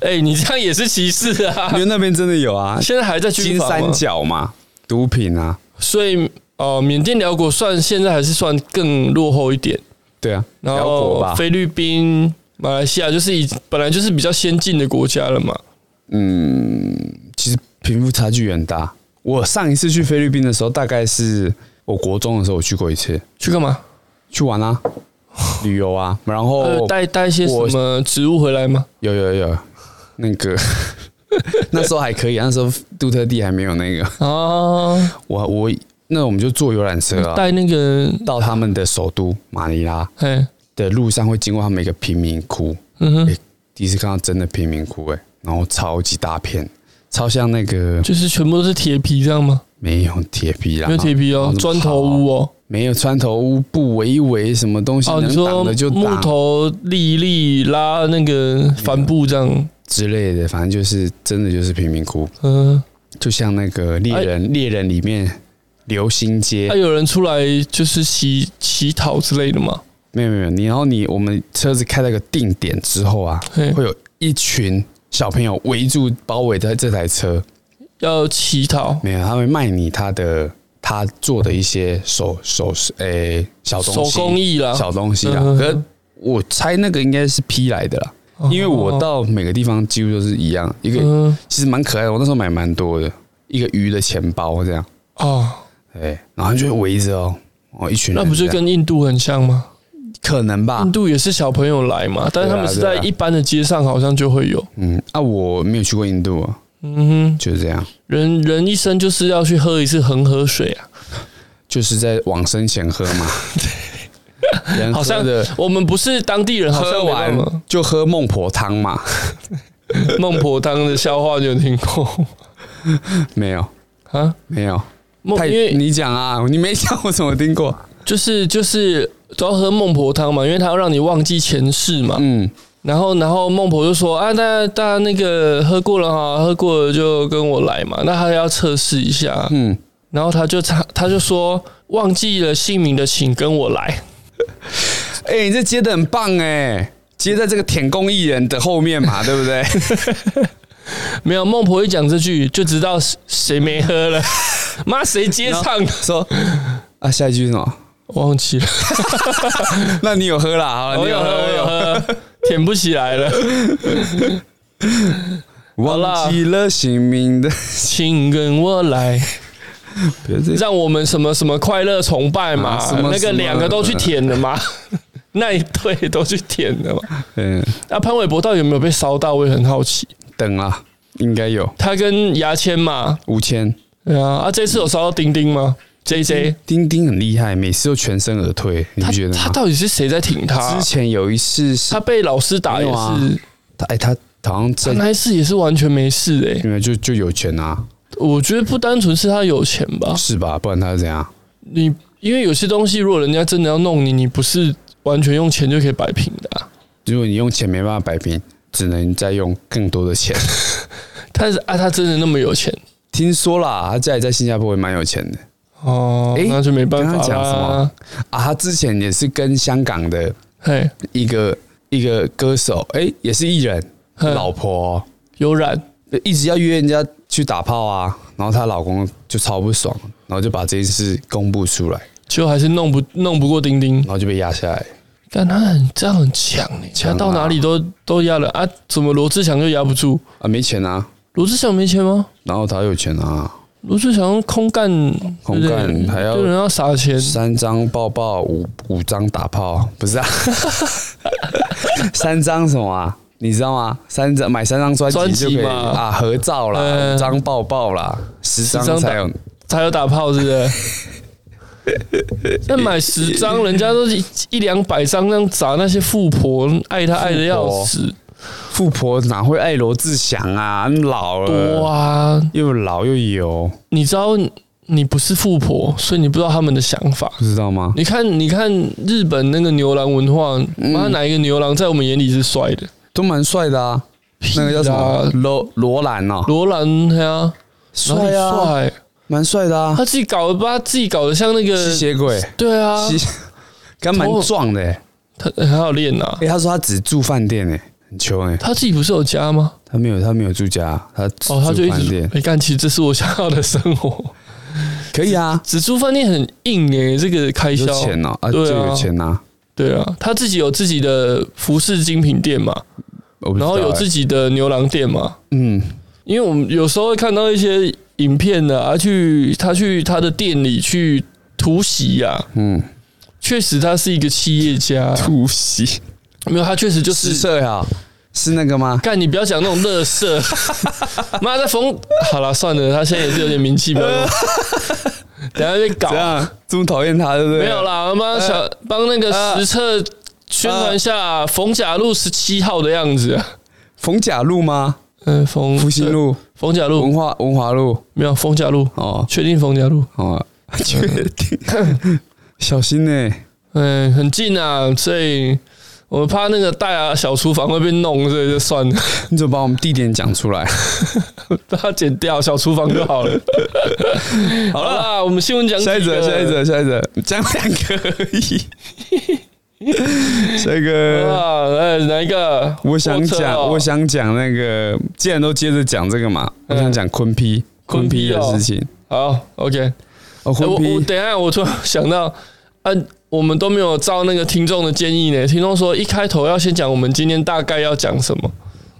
哎、你这样也是歧视啊
因！ 为那边真的有啊，
现在还在 军
金
阀
三
吗？
角嘛，毒品啊，
所以哦，缅甸、辽国算现在还是算更落后一点，
对啊，
然
辽国吧
后，菲律宾、马来西亚就是以本来就是比较先进的国家了嘛。
嗯其实贫富差距很大。我上一次去菲律宾的时候，大概是我国中的时候，我去过一次，
去干嘛？
去玩 啊，旅游啊，然
呃
后，
带带一些什
我
么植物回来吗？
有有有，那个 那时候还可以，那时候杜特地还没有那个，
啊，
我我那我们就坐游览车啊，
带那个，
到他们的首都马尼拉
哎，
的路上会经过他们一个贫民窟，
嗯哼，
诶第一次看到真的贫民窟哎、然后超级大片，超像那个
就是全部都是铁皮这样吗？
没有铁皮啦，
没有铁皮
然
哦
后，
砖头屋
好，
哦。
没有砖头屋布围一围什么东西
哦，你
能
说
挡的就
木
挡
头立一立拉那个帆布这样，
之类的，反正就是真的就是贫民窟，
嗯，
就像那个猎
哎
人猎人里面流星街
那、，啊有人出来就是乞乞讨之类的嘛？
没有没有，你然后你我们车子开到一个定点之后啊，
嘿
会有一群小朋友围住包围在这台车，
要乞讨
没有，他会卖你他的他做的一些手手诶、小东
手
西，
工艺啦，
小东西啦。
嗯哦
可我猜那个应该是批来的啦，因为我到每个地方几乎都是一样，一个、
嗯
其实蛮可爱的，我那时候买蛮多的，一个鱼的钱包这样，
哦，
哎，然后就围着哦，哦一群
那
人这样，
不是跟印度很像吗？
可能吧
印？度也是小朋友来嘛，但是他们
啊对
是
啊对
在
啊
一般的街上好像就会有，
嗯，啊，我没有去过印度啊，
嗯哼，
就这样，
人人一生就是要去喝一次恒河水啊，
就是在往生前喝 嘛。人
好像
喝的
我们不是当地人，好像
喝
没办法
完就喝孟婆汤嘛，
孟婆汤的笑话，你有 听过
没有
啊？
没有，
孟
太
因为
你讲啊，你没讲我怎么听过？
就是就是都要喝孟婆汤嘛，因为它要让你忘记前世嘛。
嗯，
然后然后孟婆就说啊，大家大家那个喝过了哈，喝过了就跟我来嘛。那他要测试一下，
嗯，
然后他就他他就说忘记了姓名的请跟我来。
哎、你这接的很棒哎、接在这个舔工艺人的后面嘛，对不对？
没有孟婆一讲这句，就知道谁谁没喝了。妈，谁接唱的？
说啊，下一句是什么？
忘记了，
那你有喝啦？好了，
我
你
有喝，
我
我哦有喝，舔不起来了，好啦
忘记了姓名的，
请跟我来。
别这
让我们什么什么快乐崇拜嘛，
啊什么
那
什
个
么
两个都去舔的嘛，那一对都去舔的嘛。
嗯，
那、潘玮柏到底有没有被烧到？我也很好奇。
等啊，应该有
他跟牙签嘛，
五千。
对啊，啊，这次有烧到丁丁吗？J J，
丁丁很厉害，每次都全身而退，你
他
不觉得
他
吗？
到底是谁在挺他、
之前有一次是
他被老师打也
没
是，
有啊他，哎，他好像
他
在
那一次也是完全没事诶、
因为就就有钱啊，
我觉得不单纯是他有钱吧，
是吧？不然他是怎样？
你因为有些东西，如果人家真的要弄你，你不是完全用钱就可以摆平的、啊。
如果你用钱没办法摆平，只能再用更多的钱。
但是啊，他真的那么有钱？
听说啦，他家里在新加坡也蛮有钱的
哦，
诶
那就没办法
刚刚讲什
啦
么。啊。他之前也是跟香港的
嘿，
一个一个歌手，哎、也是艺人，
嗯
老婆哦、
有染
一直要约人家去打炮啊，然后她老公就超不爽，然后就把这件事公布出来，
就还是弄不弄不过丁丁
然，后就被压下来。
但他很这样很强哎、欸，
强
他
啊
到哪里都都压了啊，怎么罗志祥就压不住？
啊，没钱啊，
罗志祥没钱吗？
然后他有钱啊，
罗志祥空干，
空干
对不对
还要
对人要撒钱，
三张抱抱，五五张打炮，不是啊， 三张什么啊？你知道吗？三张买三张专
专
辑
辑
就可以
嘛
啊，合照啦，
嗯
五张抱抱啦，十
十张
张才有。
才有打炮，是不 是？那买十张，人家都是一一两百张那样砸那些富婆，爱他爱的要死，
富婆哪会爱罗志祥啊？老
多
了，
啊！
又老又油，
你知道你不是富婆，所以你不知道他们的想法。
不知道吗？
你看，你看日本那个牛郎文化，妈、
嗯
哪一个牛郎在我们眼里是帅的？
都蛮帅的啊。那个叫什么罗罗兰哦，
罗兰，对啊，
帅
哪里
啊，
帅，
蛮帅的啊
他，自己搞的，把他自己搞得像那
吸
个，
血鬼，
对啊，
吸，刚蛮壮的欸。
他很好练呐。
哎，他说他只住饭店诶，很穷诶，
他自己不是有家吗？
他没有他没有住家，他只
哦，他就
住
一
饭
直
店，
没干、其实这是我想要的生活。
可以啊，
只住饭店很硬诶、这个开销
有。钱哦，啊，就
对啊
有钱呐，
对啊，他自己有自己的服饰精品店嘛，
我不知道
然后有
欸
自己的牛郎店嘛。
嗯，
因为我们有时候会看到一些影片的啊，去他去他的店里去突袭呀、
嗯，
确实他是一个企业家，
突袭
没有他确实就
失
是。
色呀，是那个吗？
干，你不要讲那种 乐色，妈在冯好了，算了，他现在也是有点名气，不要弄等下被搞
怎样呃啊这么讨厌他，对不呃对？
没有，啦，妈想帮那个实测宣传一
呃
下冯甲路十七号的样子啊。
逢甲路吗？
嗯，冯
复兴路、
冯甲路
文化文华路，
没有冯甲路，
哦
确定冯甲路，
哦，确定， 小心欸呢。
嗯，很近啊，所以我怕那个大牙小厨房会被弄，所以就 算了，
你怎么把我们地点讲出来？
把它剪掉，小厨房就好 了。好啦，我们新闻讲
下一
几
则，
个
下一，则，下一则，讲两个而已。下一个，
啊，哎，哪一个？
我想
坐车
讲，
哦
我想讲那个，既然都接着讲这个嘛，我
嗯
想讲坤批，
坤
坤
批
批的
哦
事情。
好，OK。
哦，
哎
坤
我我
批，
等一下，我突然想到，啊，我们都没有照那个听众的建议呢。听众说一开头要先讲我们今天大概要讲什么，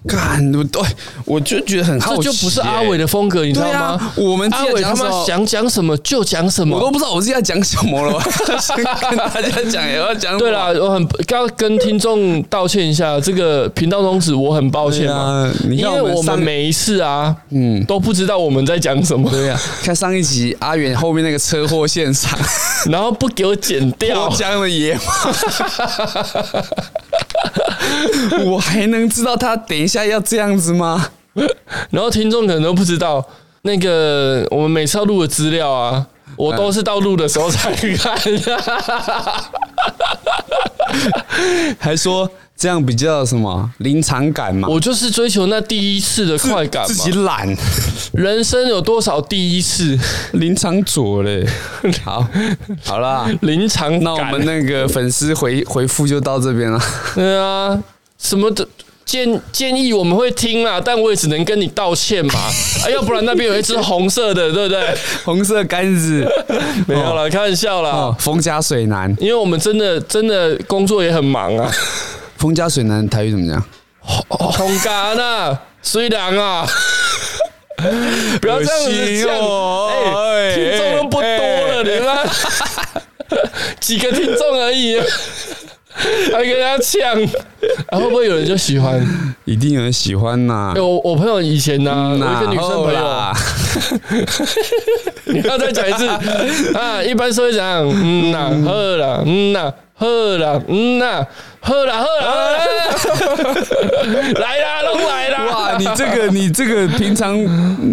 干，我对我就觉得很好
这
奇、
就不是阿伟
的，
的风格，你知道
对
吗？
啊我们自己
阿伟
讲
他
什
妈
么
想讲什么就讲什
我都
么。
不知道我自己在讲什么了。我想跟大家讲， 也要讲什么
对啦，，我很要跟听众道歉一下，这个频道宗旨我很抱歉
对
嘛，
啊你
因
看
为
我们
我
上
们每一次啊，
嗯
嗯，都不知道我们在讲什么，
对啊呀、看上一集阿远后面那个车祸现场，
然后不给我剪掉
我，讲的野马， 我还能知道他等一下要这样子吗？
然后听众可能都不知道，那个我们每次要录的资料啊，我都是到录的时候才看嗯
还说这样比较什么临场感嘛？
我就是追求那第一次的快感
自
嘛
己。懒，
人生有多少第一次
临场左 嘞。好，好啦，
临场感？
那我们那个粉丝回回复就到这边 了。
对啊，什么的建建议我们会听啦，但我也只能跟你道歉 嘛。啊，要不然那边有一只红色的，对不对？
红色杆子，
没有啦，开玩笑啦
哦，。冯家水男，
因为我们真的真的工作也很忙啊，
冯家水男台语怎么讲？
空干啊，虽然啊，不要这样子讲，
恶心哦
哎，
哎
听众又不多了，你们几个听众而已，还跟人家呛，啊，会不会有人就喜欢？
一定有人喜欢呐
哎，我我朋友以前呢，我一个女生朋
然后
友。
啦
你要再讲一次啊！一般是会讲嗯呐，喝啦，嗯呐，喝啦，嗯呐，喝啦，喝啦， 来啦，拢来啦！
哇，你这 个你这个平常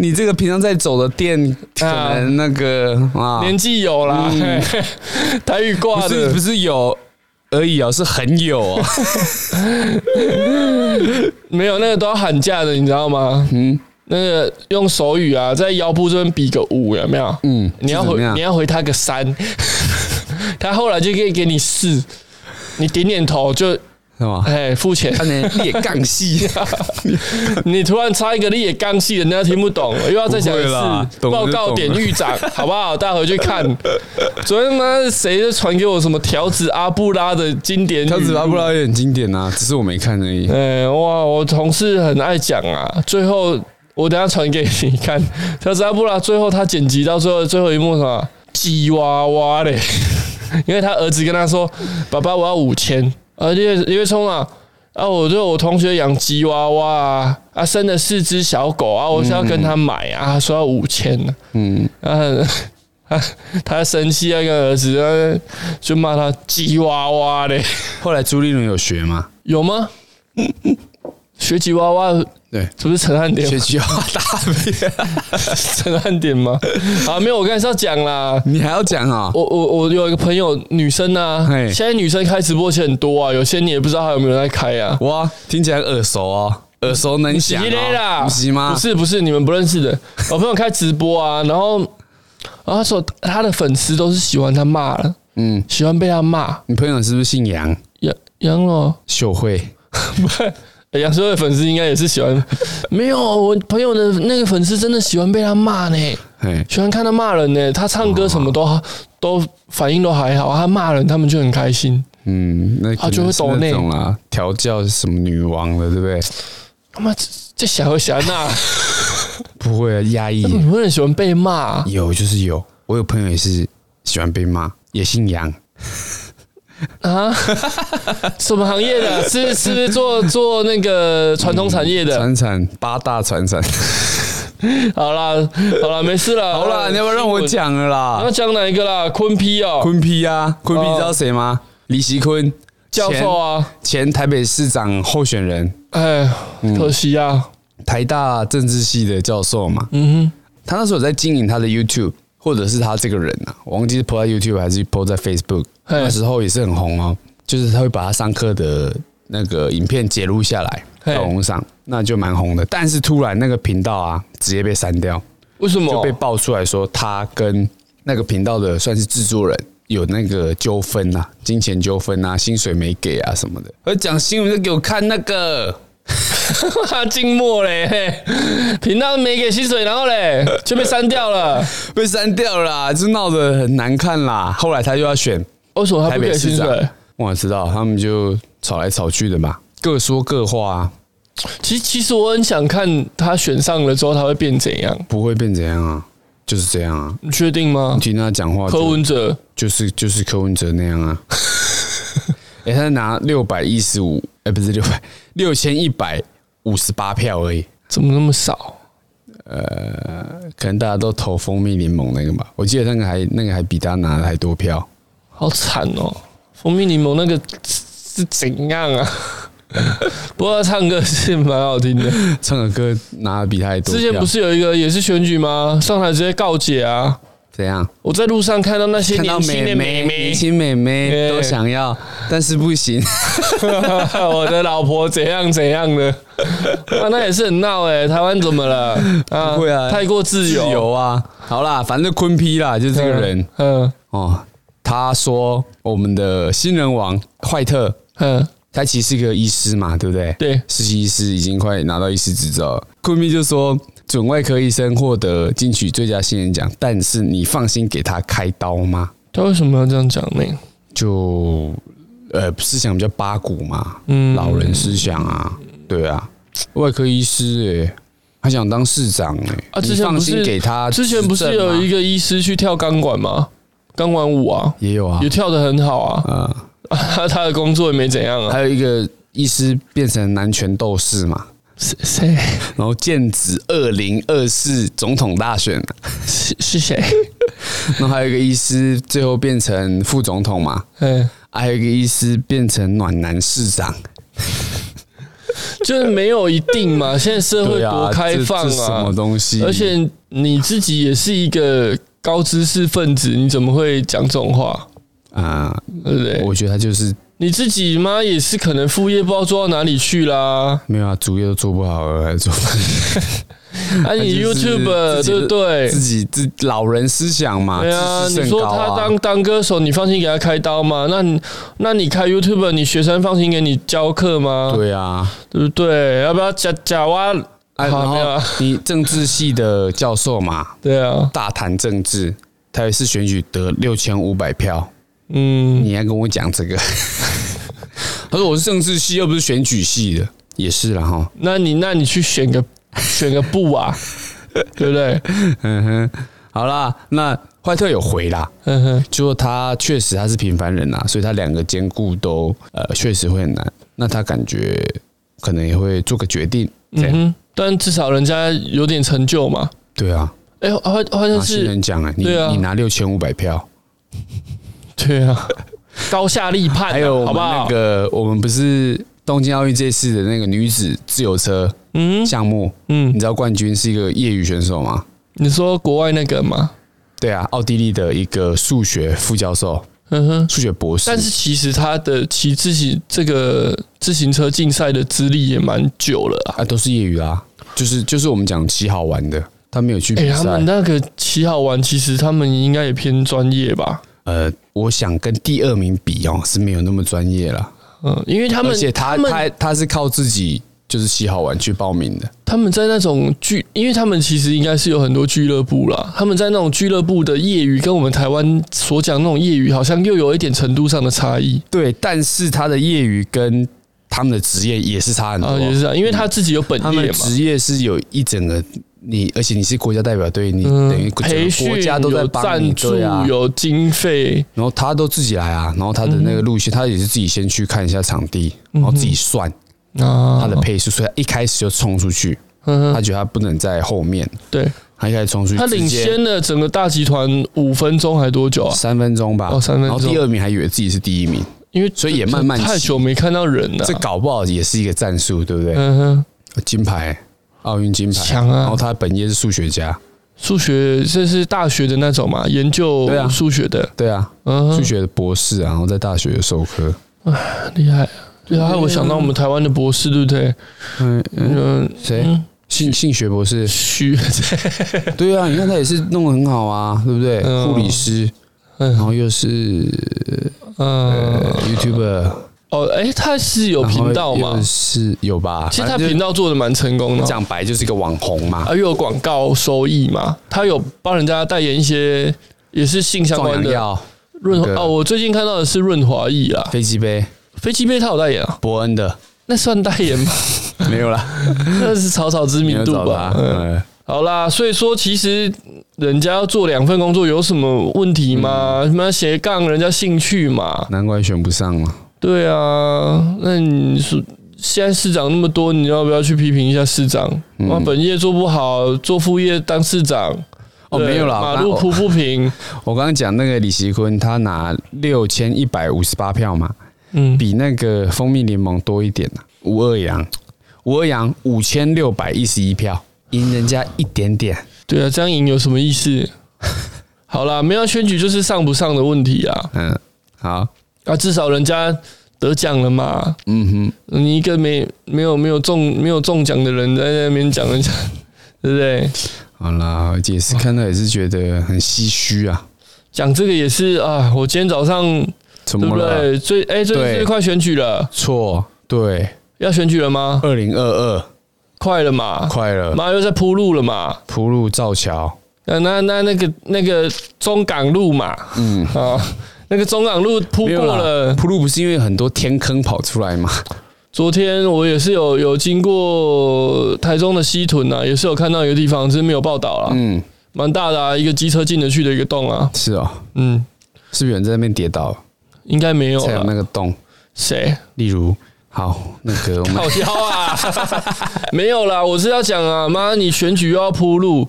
你这个平常在走的店，可能那个啊，嗯
年纪有啦，嘿 台语挂
不是
的
不，是有而已哦，是很有哦。
没有那个都要喊价的，你知道吗？嗯。那个用手语啊，在腰部这边比个五，有没有？
嗯
嗯，你要
是怎么
回
样
你要回他个三， 他后来就可以给你四，你点点头就是
吗？
哎付钱。
他连裂杠 戏，
你突然插一个裂刚系，人家听 不懂，又要再讲一
不会啦
次。
懂就
报
懂
告典狱 长，好不好？大家回去看。昨天妈谁就传给我什么条子阿布拉的经典？啊
条子拉布拉。也很经典啊，只是我没看而已。
哎、哇！我同事很爱讲啊。最后我等一下传给你看。条子阿布拉最后他剪辑到最后最后一幕什么？鸡娃娃嘞， 因为他儿子跟他说：“爸爸，我要五千。”啊，李李月聪啊，啊，我对我同学养吉娃娃啊，啊，生了四只小狗啊，我是要跟他买啊，他说要五千呢，嗯， 啊， 他他生气要跟儿子，啊、就骂他吉娃娃嘞，
后来朱立伦有学吗？
有吗？学吉娃娃
对，
这不是陈汉典
学
吗？
吉娃娃大便，
陈汉典吗？啊，没有，我刚才是要讲啦。
你还要讲啊？
我我我有一个朋友，女生啊
嘿，
现在女生开直播其实很多啊，有些你也不知道还有没有在开啊。
哇，听起来耳熟哦，耳熟能
洗
详
嘞啦，
哦，不是吗？
不，是不是，你们不认识的。我朋友开直播啊，然后然后他说他的粉丝都是喜欢他骂了，
嗯，
喜欢被他骂。
你朋友是不是姓杨？
杨杨哦，
秀慧，
杨哎所有的粉丝应该也是喜欢。没有，我朋友的那个粉丝真的喜欢被他骂呢，哦
哎，
喜欢看他骂人呢。他唱歌什么都、都反应都还好，他骂人他们就很开心。
嗯，那可
啊就
能
会
是
抖
那
内
种啦，调教什么女王了，对不对？
他妈这这小小娜，
不会啊压抑，
你会很喜欢被骂、
有就是有，我有朋友也是喜欢被骂，也姓杨，
啊，什么行业的？是是不是做做那个传统产业的？
传产八大传产。
好啦，好啦，没事啦。 呃
好啦，你要不要让我？讲了
你要
啦？
讲哪一个啦？坤批哦，
坤批啊，坤批你知道谁吗？李习坤
教授，啊，
前前台北市长候选人，
哎，
嗯
可惜啊，
台大政治系的教授嘛。
嗯
他那时候有在经营他的 YouTube，或者是他这个人啊，我忘记是 po 在 YouTube 还是 po 在 Facebook，
嘿
那时候也是很红哦。就是他会把他上课的那个影片截录下来
嘿
到网络上，那就蛮红的。但是突然那个频道啊，直接被删掉，
哼，为什
就
么
被？爆出来说他跟那个频道的算是制作人有那个纠纷啊，金钱纠纷啊，薪水没给啊什么的。而讲新闻就给我看那个，
静默嘞，嘿频道没给薪水，然 后嘞就被删掉了。
被删掉了啦，就闹得很难看啦。后来他又要选
为什么他
台
不
北
给
市
薪
长
水？，
我知道他们就吵来吵去的嘛，各说各话、啊。
其实其实我很想看他选上了之后他会变怎样，
不会变怎样啊，就是这样啊。
你确定吗
你？听他讲话，
柯文哲
就是就是柯文哲那样 啊。哎、他拿六百一十五，哎，不是六百，六千一百五十八票而已。呃
怎么那么少？
可能大家都投蜂蜜柠檬那个吧，我记得那个还那个还比他拿的还多票。
好惨哦！蜂蜜柠檬那个是怎样啊？ 不过他唱歌是蛮好 听的。
唱的歌拿的比他还多
之
票。
前不是有一个也是选举吗？上台直接告解啊！
怎样？
我在路上看到那些
看到
年轻
美眉、
的妹
年
妹，
轻美眉
哎
都想要，但是不行。
我的老婆怎样怎样 的，啊，那也是很闹哎、台湾怎么了？啊，
不会啊
太过自
自
由，
由啊，好啦，反正坤批啦，就是这个人
嗯
哦。他说我们的新人王坏特，
嗯，
他其实是个医师嘛，对不对？
对
实习医师已经快拿到医师执照了。昆比就说，准外科医生获得金曲最佳新人奖，但是你放心给他开刀吗？
他为什么要这样讲呢？
就呃思想比较八股嘛，
嗯
老人思想啊，对啊，外科医师哎、他想当市长哎、
啊
你
之前
放
不是
心给他
之前不是
执政吗
有一个医师去跳钢管吗？钢管舞啊，
也有啊
也跳得很好 啊，
啊、
他他的工作也没怎样啊
还。有一个医师变成男权斗士嘛，
谁谁
然后剑指二零二四总统大选，
是 是谁？
然后还有一个医师最后变成副总统嘛，
嗯，
还有一个医师变成暖男市长，
就是没有一定嘛。现在社会
对啊
多开放
这这什么
啊，
东西？
而且你自己也是一个高知识分子，你怎么会讲这种话？
啊、
对不对？
我觉得他就是
你自己妈也是可能副业不知道做到哪里去 啦。
没有啊，主业都做不好了，还做
啊，你
就是自
YouTube
己的
对不对
自？己自老人思想嘛，
对啊，
自视
你
甚
说
高
他
啊
当。当歌手，你放心给他开刀吗？那你那你开 YouTube，你学生放心给你教课吗？
对啊，
对不对？要不要假假挖？
啊然
好没有
后
啊
你政治系的教授嘛，
对啊，
大谈政治，台北市选举得六千五百票，
嗯，
你还跟我讲这个？ 他说我是政治系，又不是选举系的，也是啦哈。
那你那你去选个选个 布啊，对不对？
嗯哼，好啦，那怀特有回啦，
嗯哼，
就说他确实他是平凡人啦，啊所以他两个兼顾都呃确实会很难。那他感觉可能也会做个决定，这
嗯
样、
哼，但至少人家有点成就嘛。
对啊。
哎、好好像
拿新
是
人奖哎、你、
对啊
你拿六千五百票，
对啊，高下立判啊、
还有我
好
们
不好？
那个我们不是东京奥运这次的那个女子自由车
嗯
项目，你
嗯，
知道冠军是一个业余选手吗？
你说国外那个嘛，
对啊，奥地利的一个数学副教授、
嗯哼。
数学博士，
但是其实他的骑自己这个自行车竞赛的资历也蛮久了啊。
啊都是业余啦，就是就是我们讲骑好玩的，他没有去
哎、
比
他
赛。
们那个骑好玩，其实他们应该也偏专业吧？
呃，我想跟第二名比哦，是没有那么专业啦，
嗯，因为他们
而且他
他们
他他是靠自己就是骑好玩去报名的，
他们在那种俱，因为他们其实应该是有很多俱乐部啦。他们在那种俱乐部的业余，跟我们台湾所讲那种业余，好像又有一点程度上的差异
对，但是他的业余跟他们的职业也是差很多、嗯
啊，也是这样。因为他自己有本
他
业
们
嘛，
职业是有一整个你，而且你是国家代表队，你
嗯
等于整
培
个
训
国家都在
有
帮你，
赞助
对啊，。
有经费，
然后他都自己来啊，然后他的
嗯
那个路线，他也是自己先去看一下场地，然后自己算
啊，
他的配速，所以他一开始就冲出去，
嗯
他
哼，
觉得他不能在后面，
对
他一开始冲出去，
他领先了整个大集团五分钟还多久啊？
三分钟吧，
哦三分
然
钟
后第二名还以为自己是第一名，
因为
所以也慢慢
太
骑
久没看到人了
这，搞不好也是一个战术，对不对？
啊嗯哼，
金牌，奥运金牌，
强啊
然后他本业是数学家，
数学这是大学的那种嘛，研究
对啊
数学的，
对啊，
嗯哼
数，学的博士啊，然后在大学授课。
厉害。对啊，我想到我们台湾的博士，对不对？
嗯，
嗯，
谁
嗯？
性性学博士
虚，
对啊，你看他也是弄得很好啊，对不对？
嗯
护理师，然
嗯
后又是呃
嗯，
YouTuber，
哦，哎，他是有
然后
频道嘛
又？是有吧？
其实他
反正就
频道做的蛮成功的哦，
讲白就是一个网红嘛
啊，，又有广告收益嘛，他有帮人家代言一些也是性相
壮
关
阳
的
药、
润
对
哦，我最近看到的是润滑液啦，
飞机杯、
飞机杯他有代言啊，
伯恩的，
那算代言吗？
没有啦，
那是草草知
没
名
有
度
找
吧
他。。
嗯
嗯
好啦，所以说其实人家要做两份工作有什么问题
嗯
吗？什么斜杠人家兴趣嘛？
难怪选不上了。
对啊，那你说现在市长那么多，你要不要去批评一下市长？
嗯
哇，本业做不好，做副业当市长
哦，
对
没有啦，哦
马
我
路
刚
铺不平。
我刚刚讲那个李习坤，他拿六千一百五十八票嘛，
嗯，
比那个蜂蜜联盟多一点呐、吴二阳，吴二阳五千六百一十一票，赢人家一点点。
对啊，这样赢有什么意思？ 好啦，没有选举就是上不上的问题啊！
嗯，好，
啊，至少人家得奖了嘛。
嗯
你一个没没有没有中没有中奖的人在那边讲人家， 对不对？
哼，好啦，我也是看到也是觉得很唏嘘啊，
讲这个也是啊，我今天早上
怎
对
么
不
了？
对？最哎、最
对
最快选举了，
错，对，
要选举了吗？
二零二二
快了嘛，
快乐
妈又在铺路了嘛，
铺路造桥，
那那那那个那个中港路嘛，嗯啊，那个中港路铺
没有
过
啦
了。
铺路不是因为很多天坑跑出来
啊
嘛？
昨天我也是有有经过台中的西屯啊，也是有看到一个地方，只是没有报道啊，
嗯，
蛮大的啊，一个机车进得去的一个洞啊，
是哦，
嗯，
是不是有人在那边跌倒，
应该没有啊
才有
了
那。个洞？
谁？
例如，好，那个我们
靠腰啊，没有啦，我是要讲啊，妈，你选举又要铺路，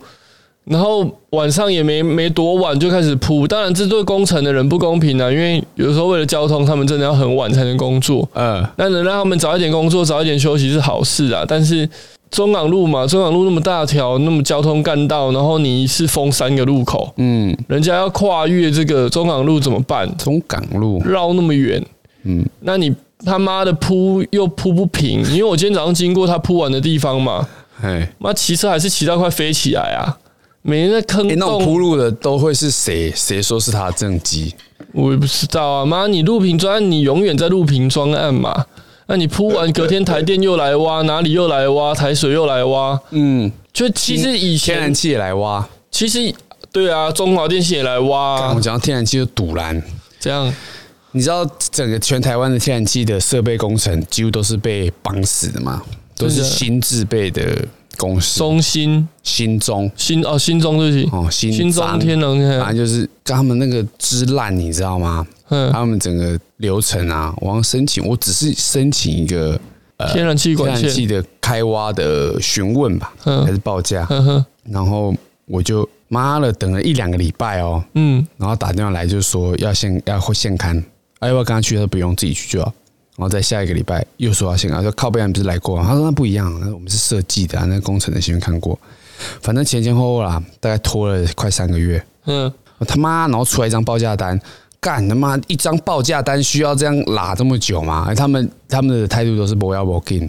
然后晚上也没没多晚就开始铺，当然这对工程的人不公平啊，因为有时候为了交通，他们真的要很晚才能工作，
呃，
那能让他们早一点工作、早一点休息是好事啊，但是。中港路嘛，中港路那么大条，那么交通干道，然后你一次封三个路口，
嗯，
人家要跨越这个中港路怎么办？
中港路，
绕那么远，
嗯，
那你他妈的铺又铺不平，因为我今天早上经过他铺完的地方嘛，
哎。
妈骑车还是骑到快飞起来啊！每天在坑
哎、那种
洞，
铺路的都会是谁？谁说是他的正机？
我也不知道啊！妈，你录屏专案，你永远在录屏专案嘛？那你铺完，隔天台电又来 挖，哪里又来挖，台水又来挖，
嗯，
就其实以
天然
前
气也来挖。
其实对啊，中华电信也来挖、
我
啊
们，讲到天然气就堵拦，
这样
你知道整个全台湾的天然气的设备工程几乎都是被绑死的嘛，都是
真的
新制备的公司，
中心
新中
新哦新中对不起，
哦，新啊
新中
彰
天能
反正就是他们那个支烂，你知道吗？
嗯
他们整个流程啊，我要申请，我只是申请一个呃
天然气
天
管
然
线，
气的开挖的询问吧，
嗯
还是报价，
呵呵，
然后我就妈了，等了一两个礼拜哦，
嗯，
然后打电话来就说要现要现刊，啊要不要跟他去？他说不用，自己去就好。然后在下一个礼拜又说要现刊，说靠背你不是来过吗？他说那不一样，那我们是设计的、啊，那工程的新闻看过，反正前前后后啦，大概拖了快三个月，
嗯，
我他妈，然后出来一张报价单，干他妈一张报价单需要这样拉这么久吗？哎他们他们的态度都是不要不给的。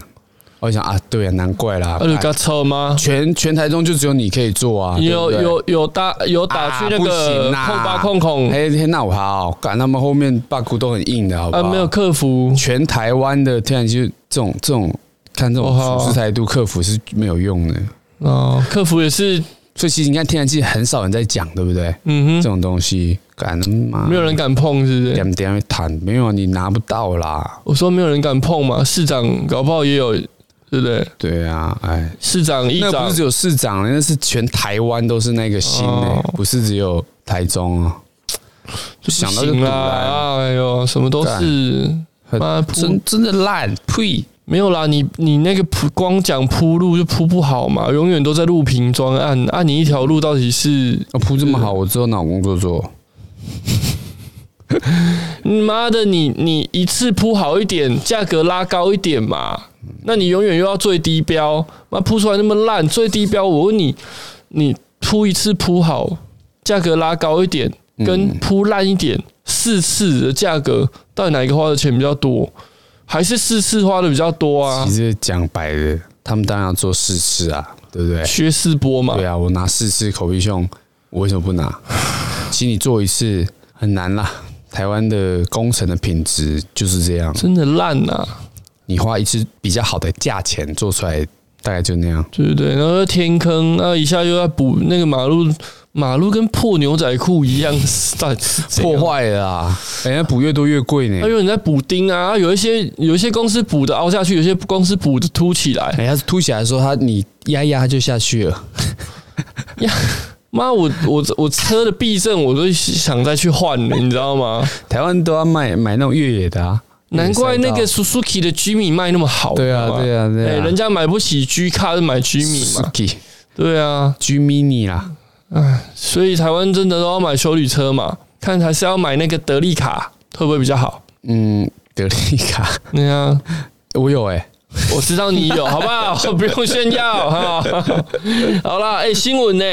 我就想啊，对啊，难怪啦
二，六
哎
嘎臭吗？
全全台中就只有你可以做啊，
有
对不对
有有打有打去那个
啊不行
空
啦
八空孔，
哎，天哪，我好干，他们后面 bug 都很硬的，好不
啊
好？
没有克服，
全台湾的天然气就这种这种看这
哦好
种处事态度，克服是没有用的。
哦，克服也是，
所以其实你看，天然气很少人在讲，对不对？
嗯
这种
哼，
东西，干嘛？
没有人敢碰，是不是？
点点谈，没有你拿不到啦。
我说没有人敢碰嘛，市长搞不好也有，对不对？
对啊，哎，
市长、议
那不
长
是只有市长，那是全台湾都是那个心欸
哦
不是只有台中啊。
就
想到
不
就
行
堵
啦，
啦
哎呦，什么都是
很
妈铺
真真的烂，呸！
没有啦，你你那个铺光讲铺路就铺不好嘛，永远都在路平装按按你一条路到底是
我哦铺这么好，我之后哪有工作做？
你妈的你，你一次铺好一点，价格拉高一点嘛，那你永远又要最低标，妈铺出来那么烂，最低标，我问你，你铺一次铺好，价格拉高一点，跟铺烂一点，四次的价格到底哪一个花的钱比较多？还是四次花的比较多啊
其？实讲白的，他们当然要做试吃啊，对不对？
缺四波嘛
对，啊，我拿四次口鼻胸，我为什么不 拿？请你做一次很难啦。台湾的工程的品质就是这样，
真的烂呐、啊，
你花一次比较好的价钱做出来，大概就那样。
啊对不对？然后又天坑，然后一下又要补那个马路马路跟破牛仔裤一样， 是到底是怎样哎
破。坏了啊！人家补越多越贵呢
还，有人在补丁啊，有一些有一些公司补的凹下去，有些公司补的凸起来。
人家凸起来的时候，哎他你压一压它就下去了。
呀，妈，我我我车的避震我都想再去换了，你知道 吗？
台湾都要卖买那种越野的啊，
难怪那
越
个
野赛
Suzuki 的 Jimmy 卖那么好，
对啊
好吧
对啊对啊
哎人家买不起 G 卡就买 Jimmy
道
嘛，
Suzuki
对啊，哎
G Mini 啦，
所以台湾真的都要买修理车嘛，看还是要买那个德利卡会不会比较好？
嗯，德利卡，
对啊，
我有哎、
我知道你有，好不 好？不用炫耀哈。好啦，哎、新闻呢、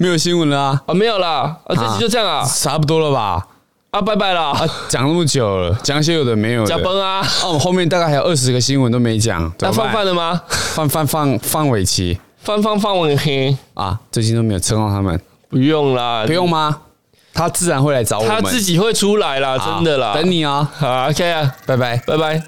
没有新闻啦、啊，
啊，没有啦，啊，这集就这样啊，
差不多了吧？
啊，拜拜啦，
啊，讲那么久了，讲一些有的没有的。
加
哦、
崩啊，
啊，我们后面大概还有二十个新闻都没讲，怎
那
么
放
办
饭了吗？
放放放放尾期
放放放我黑，
啊，最近都没有撑到他们，
不用啦，
不用吗？他自然会来找我们，
他自己会出来啦，
啊
真的啦，
等你啊、
好，OK 啊，
拜拜。
拜拜。